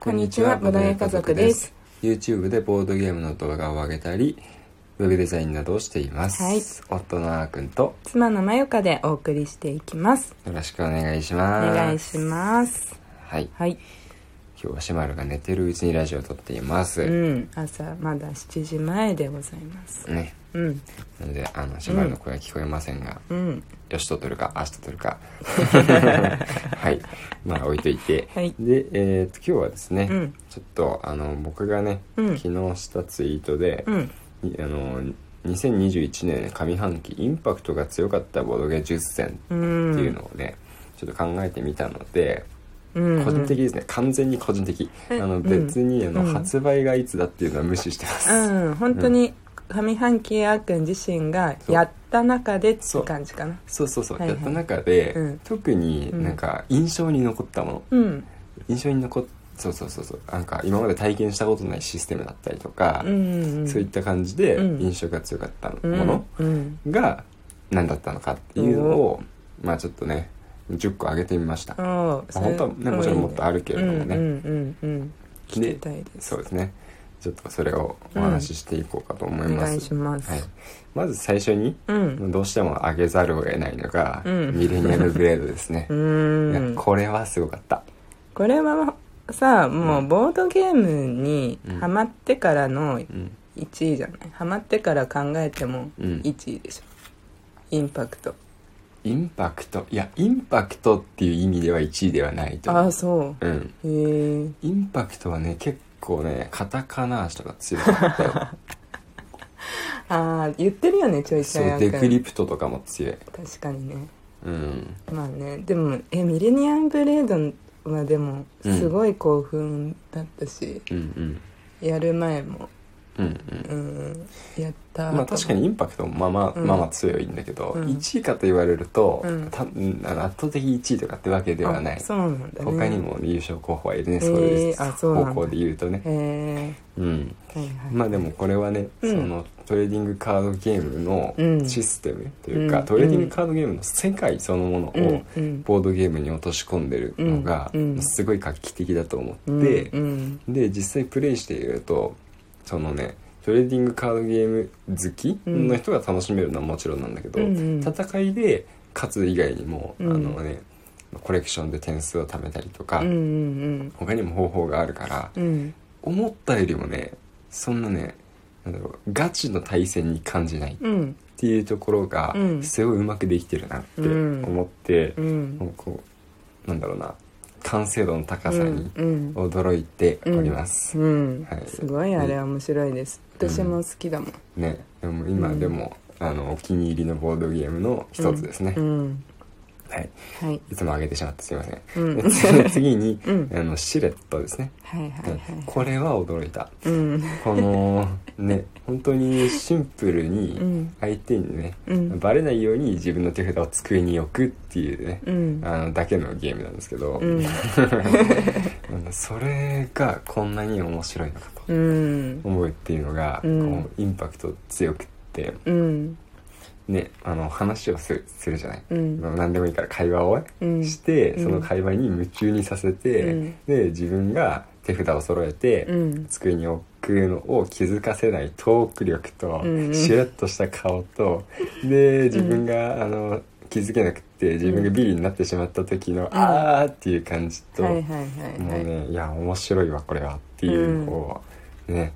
こんにちは、ボドゲ家族です。。 YouTube でボードゲームの動画を上げたり、ウェブデザインなどをしています。はい夫のあーくんと妻のまゆかでお送りしていきます。よろしくお願いしおます。願いします。はい。はい。今日はシマルが寝てるうちにラジオを撮っています。うん。朝、まだ7時前でございます。ね。うん。なので、あの、シマルの声は聞こえませんが、うん。よしと撮るか、あしと撮る か。はい。まあ、置いといて。はいで、えっと、今日はですね、うんちょっと、あの、僕がね、うん昨日したツイートで、うん。にあの2021年上半期インパクトが強かったボードゲー10選うっん。ていうのをね、ちょっと考えてみたので、うん、うん。個人的ですね完全に個人的あえのうん別にあの、うん発売がいつだっていうのは無視してます、うん。本当に、上半期あーくん自身がやった中でって感じかな。そうそうそう、はいはいやった中で、うん特になんか印象に残ったもの、うん。印象に残っそうそうそうそうなんか今まで体験したことのないシステムだったりとか、うん。そういった感じでうん印象が強かったもうんの、うん。が何だったのかっていうのを、まあちょっとね10個上げてみました、おまーあ本当はねもちろんもっとあるけれどもね、うんうんうんうん聞きたいですそうですねちょっとそれをお話ししていこうかと思いおます、願いします、はい、まず最初に、うんどうしても上げざるを得ないのが、うんミレニアムブレードですね、 ういやーんこれはすごかったこれはさもうボードゲームにうんハマってからのうん1位じゃないハマってから考えてもうん1位でしょインパクトインパクトいやインパクトっていう意味では1位ではないとあ思あうそうんうへえインパクトはね結構ねカタカナ足とか強かった よああ言ってるよねちょいちそょいあうーデクくんリプトとかも強い確かにねうんまあねでもえミレニアムブレードはでもうんすごい興奮だったし、うんうんやる前もうんうんうんやったまあ確かにインパクトもまあまあ、うんまあまあ強いんだけど、うん1位かと言われると、うんたうんあの圧倒的1位とかってわけではない、あそうなんだね他にも優勝候補はいるね、ーそういうあそうなんだ方向で言うとねへえうんはいはい、まあでもこれはね、うんそのトレーディングカードゲームうんのシステムというか、うんトレーディングカードゲームの世界そのものうんをうんボードゲームに落とし込んでるのがうんうんすごい画期的だと思って、うんで実際プレイしているとそのねトレーディングカードゲーム好きうんの人が楽しめるのはもちろんなんだけど、うんうん戦いで勝つ以外にも、うんあのねコレクションで点数を貯めたりとか、うんうん他にも方法があるからうんうん思ったよりもねそんなねなんだろうガチの対戦に感じないっうんていうところがうんすごいうまくできてるなってうん思って、うんもうこうなんだろうな完成度の高さにうん驚いております。うんはいすごいあれは面白いです私も好きだもんねでも今うんでも、あのお気に入りのボードゲームの一つですね、うんはいはいいつも上げてしまってすいません、うんで次 次に、うんあのシレットですね、はいはいはこれは驚いたいうんこのね本当にシンプルうにん相手にね、うんバレないように自分の手札を机に置くっていうね、うんあのだけのゲームなんですけど、うんうんそれがこんなに面白いのかとうん思うっていうのが、うんこうインパクト強くってうんね、あの話をするするじゃない、うん何でもいいから会話をねうんして、うんその会話に夢中にさせて、うんで自分が手札を揃えて、うん机に置くのを気づかせないトーク力と、うんうんシュレッとした顔とで自分が、あの気づけなくて自分がビリになってしまった時の「あー」っていう感じと、はいはいはいもはういねいや面白いわこれはっていうのをね、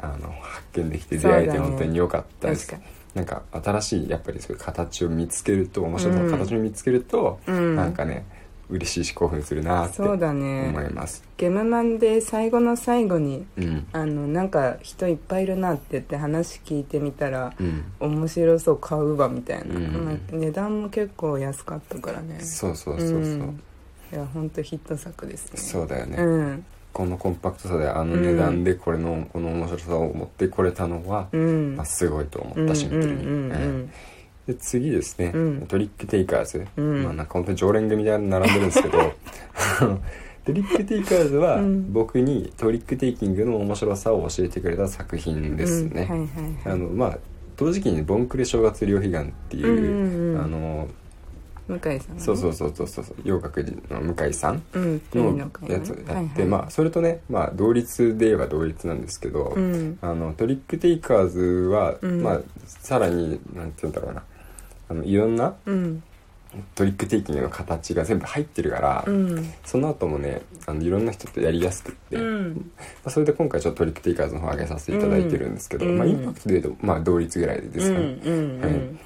あの発見できて出会えそうてだね本当に良かったです、確かになんか新しいやっぱりそういう形を見つけると面白い形を見つけると、うんなんかね嬉しいし興奮するなってそう思だねいますゲームマンで最後の最後にうんあのなんか人いっぱいいるなって言って話聞いてみたらうん面白そう買うわみたいな、うんまあ値段も結構安かったからねそうそうそうそう、んいや本当ヒット作ですねそうだよね、うんこのコンパクトさであの値段でこれのこの面白さを持ってこれたのは、うんまあ、すごいと思うんったシンプルに、うんううんんで次ですね、うんトリックテイカーズ、うんまあなんか本当に常連組で並んでるんですけ どあのトリックテイカーズはうん僕にトリックテイキングの面白さを教えてくれた作品ですね、うんはいはいはいあのまあ同時期に「ボンクレ正月両悲願」っていう、うんうんうんあの向井さん、ね、そうそうそうそうそう洋楽の向井さんうんテレビのの会やねつをやって、はいはいまあそれとね、まあ、同率で言えば同率なんですけど、うんあのトリックテイカーズは、うんまあさらになんて言うんだろうなあのいろんなうんトリックテイキングの形が全部入ってるから、うんその後もねあのいろんな人とやりやすくって、まうんあ、それで今回ちょっとトリックテイカーズの方上げさせていただいてるんですけど、うんまあ、インパクトで言うと、まあ、同率ぐらいですかね。うんうんうん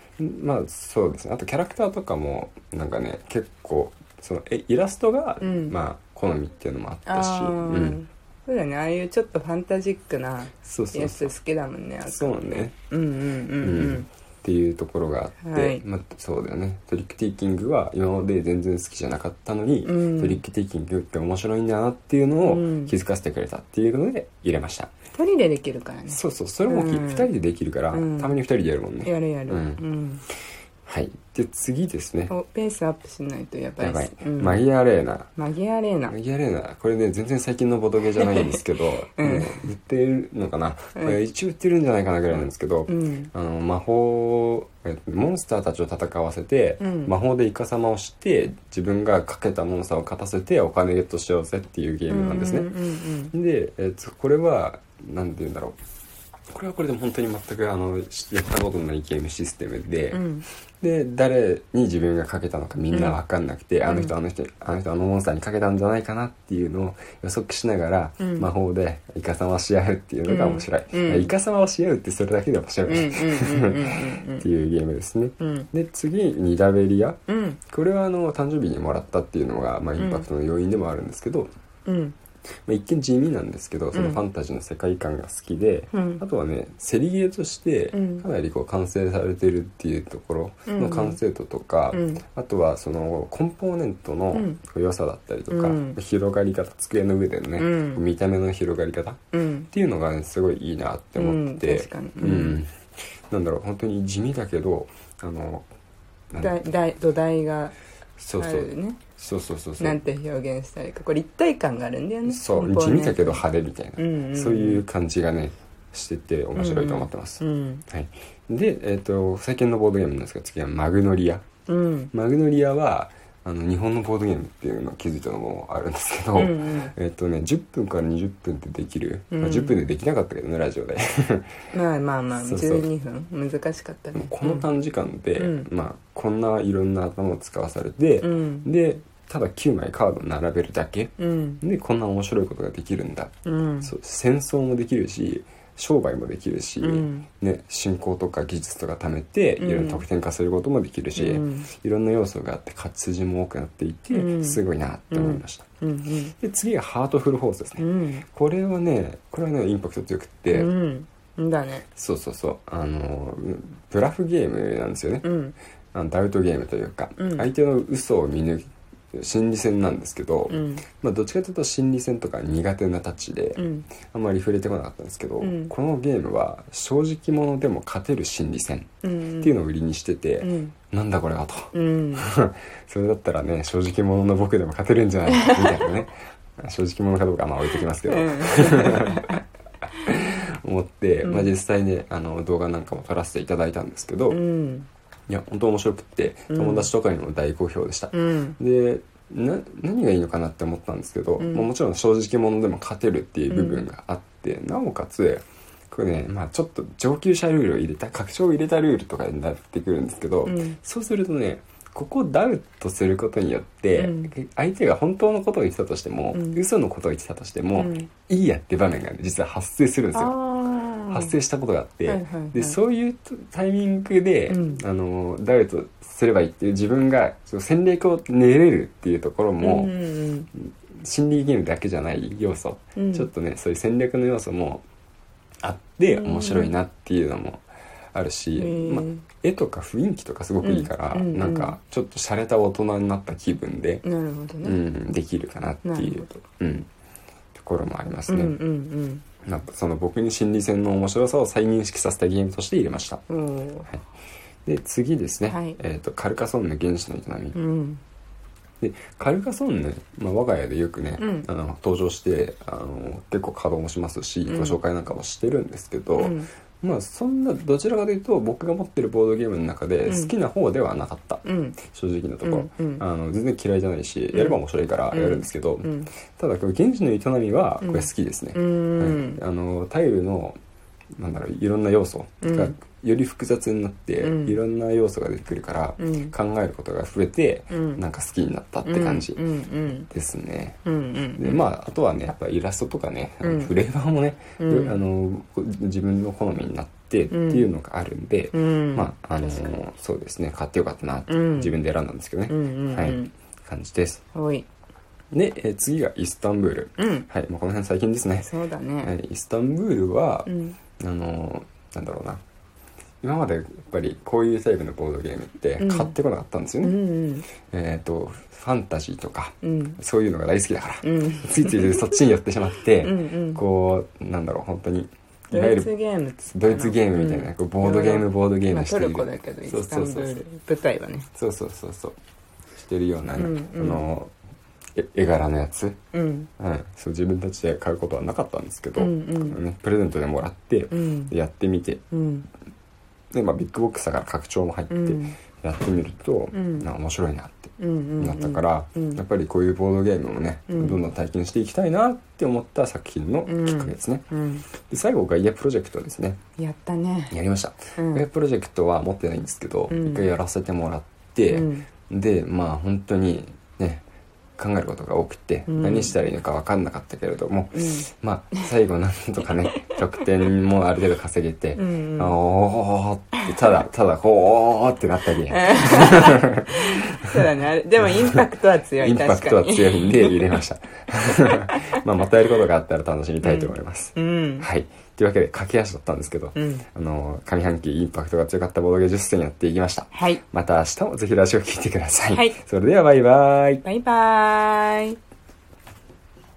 まあそうですねあとキャラクターとかもなんかね結構そのえイラストが、うんまあ好みっていうのもあったし、ああ、うん、そうだねああいうちょっとファンタジックなそうそやうそつう好きだもんねそうね、うんうんうんううんっんていうところがあって、はいまあ、そうだよねトリックテイキングは今まで全然好きじゃなかったのに、うんトリックテイキングって面白いんだなっていうのをうん気づかせてくれたっていうので入れました、一人でできるからねそうそうそれもき、う二ん2人でできるから、うんたまに2人でやるもんねやるやるううんん、はいで次ですねおペースアップしないとやばいやばい、うん、マギアレーナマギアレーナいやれなこれね全然最近のボトゲじゃないんですけど、うんもう売ってるのかな、うんこれ一応売ってるんじゃないかなぐらいなんですけど、うんあの魔法えっとモンスターたちを戦わせて、うん魔法でイカ様をして自分がかけたモンスターを勝たせてお金ゲットしようぜっていうゲームなんですね、うんうんで、えっと、これは何て言うんだろうこれはこれで本当に全くあのしやったことのないゲームシステムで、うんうんで誰に自分がかけたのかみんな分かんなくて、あの人あの人あの人あのモンスターにかけたんじゃないかなっていうのを予測しながら、うん魔法でイカ様をし合うっていうのが面白い、うんうんイカ様をし合うってそれだけで面白うんうい、んうんうんっていうゲームですね、うんうんで次ニダベリアうんこれはあの誕生日にもらったっていうのが、まあ、インパクトの要因でもあるんですけど、うんまあ、一見地味なんですけどそのうんファンタジーの世界観が好きで、うんあとはねセリゲーとしてうんかなりこう完成されてるっていうところの完成度とか、うんあとはそのコンポーネントのうん良さだったりとか、うん広がり方机の上でのね、うん見た目の広がり方っうんていうのがねすごいいいなって思ってて、うん確かにううんんなんだろう本当に地味だけどあのなんだだ土台がそうあそうるねそうそうそうそうなんて表現したらいいかこれ立体感があるんだよねそうこ地ね味だけど派手みたいな、うんうんそういう感じがねしてて面白いと思ってます、うんはい、で、えっと最近のボードゲームなんですが次はマグノリアうんマグノリアはあの日本のボードゲームっていうのを気づいたのもあるんですけど、うんうんえっとね10分から20分でできる、うんまあ10分でできなかったけどねラジオでまあまあまあそうそう12分難しかったねこの短時間で、うんまあ、こんないろんな頭を使わされて、うんでただ9枚カードを並べるだけうんでこんな面白いことができるんだ、うんそう戦争もできるし商売もできるし、うんね、信仰とか技術とか貯めていうんろいろ得点化することもできるし、うんいろんな要素があって勝ち筋も多くなっていて、うんすごいなって思いました、うんで次がハートフルホースですうね、んこれはねこれはねインパクト強くって、うんだねそうそうそうあのブラフゲームなんですよね、うんあのダウトゲームというか、うん相手の嘘を見抜く心理戦なんですけど、うんまあ、どっちかというと心理戦とか苦手なタッチで、うんあんまり触れてこなかったんですけど、うんこのゲームは正直者でも勝てる心理戦うんっていうのを売りにしてて、うんなんだこれはとうんそれだったらね正直者の僕でも勝てるんじゃないかみたいなね 正直者かどうかはまあ置いてきますけど、思って、うんまあ、実際ねあの動画なんかも撮らせていただいたんですけど、ういんや本当面白くってうん友達とかにも大好評でした、うんでな何がいいのかなって思ったんですけど、うんまあもちろん正直者でも勝てるっていう部分があって、なおかつこれね、まあ、ちょっと上級者ルールを入れた拡張を入れたルールとかになってくるんですけど、うんそうするとねここをダウトすることによって、うん相手が本当のことを言ってたとしても、うん嘘のことを言ってたとしても、うんいいやって場面が、ね、実は発生するんですよ。あー発生したことがあって、はいはいはいでそういうタイミングで、うんあのダウトすればいいっていう自分がその戦略を練れるっていうところも、うんうん心理ゲームだけじゃない要素、うんちょっとねそういう戦略の要素もあってうん面白いなっていうのもあるし、うんまあ絵とか雰囲気とかすごくいいから、うんうんなんかちょっと洒落た大人になった気分で、なるほどうねん、できるかなってなるいほうど、うん、ところもありますうんね。うんなんかその僕に心理戦の面白さを再認識させたゲームとして入れましたうんおーで次ですね、はいえー、とカルカソンヌ原始の営み、うんでカルカソンヌ、まあ、我が家でよくね、うんあの登場してあの結構稼働もしますし、うんご紹介なんかもしてるんですけど、うんまあそんなどちらかというと僕が持ってるボードゲームの中でうん好きな方ではなかった、うん正直なところ、うんうんあの全然嫌いじゃないしやれば面白いからやるんですけど、うんただこの現地の営みはうんこれ好きですね、うはいんあのタイルのなんだろういろんな要素がうんより複雑になって、うんいろんな要素が出てくるから、うん考えることが増えて、うんなんか好きになったって感じうんうんですね、うんうんでまああとはねやっぱイラストとかね、あのうんフレーバーもね、うんあのこ自分の好みになってってんいうのがあるんで、うんまああの確かにそうですね買ってよかったなってうん自分で選んだんですけどね、うんうんうんはい感じですおいで、えー次がイスタンブール、うんはい、まあ、この辺最近ですね、そうだはねい、イスタンブールは、うんあのなんだろうな今までやっぱりこういうタイプのボードゲームってうん買ってこなかったんですようね、んえっ、とファンタジーとかうんそういうのが大好きだから、うんうんついついそっちに寄ってしまって、うんこうなんだろう本当にいドわゆイツるゲームっつったドなイツゲームみたいな、うんこうボードゲームボードゲーまあムしてトる、ルコだけどイそうスタそンうブそうール舞台はねそうそうそうそうしてるような、うんうんあのえ絵柄のやつ、うんうん、そう自分たちで買うことはなかったんですけど、うんうんねプレゼントでもらってうんやってみてうんで、まあ、ビッグボックスだから拡張も入ってうんやってみると、うんなんか面白いなってうんうんなったから、うんやっぱりこういうボードゲームもね、うんどんどん体験していきたいなって思った作品のきっかけですね、うんで最後がイヤプロジェクトですねやったねやりましたうんウェブプロジェクトは持ってないんですけど、うん一回やらせてもらって、うんでまあ本当にね考えることが多くて、うん何したらいいのか分かんなかったけれども、うんまあ最後なんとか ね得点もある程度稼げて、うんうんあおーってただただこうおーってなったり、 そうだねあれでもインパクトは強イいンパ確クトかはに強いんで入れました まあまたやることがあったら楽しみたいと思います、うんはいというわけで駆け足だったんですけど、うんあの上半期インパクトが強かったボードゲー10選やっていきましたはいまた明日もぜひラジオ聞いてください。はいそれではバイバイ。バイバーイ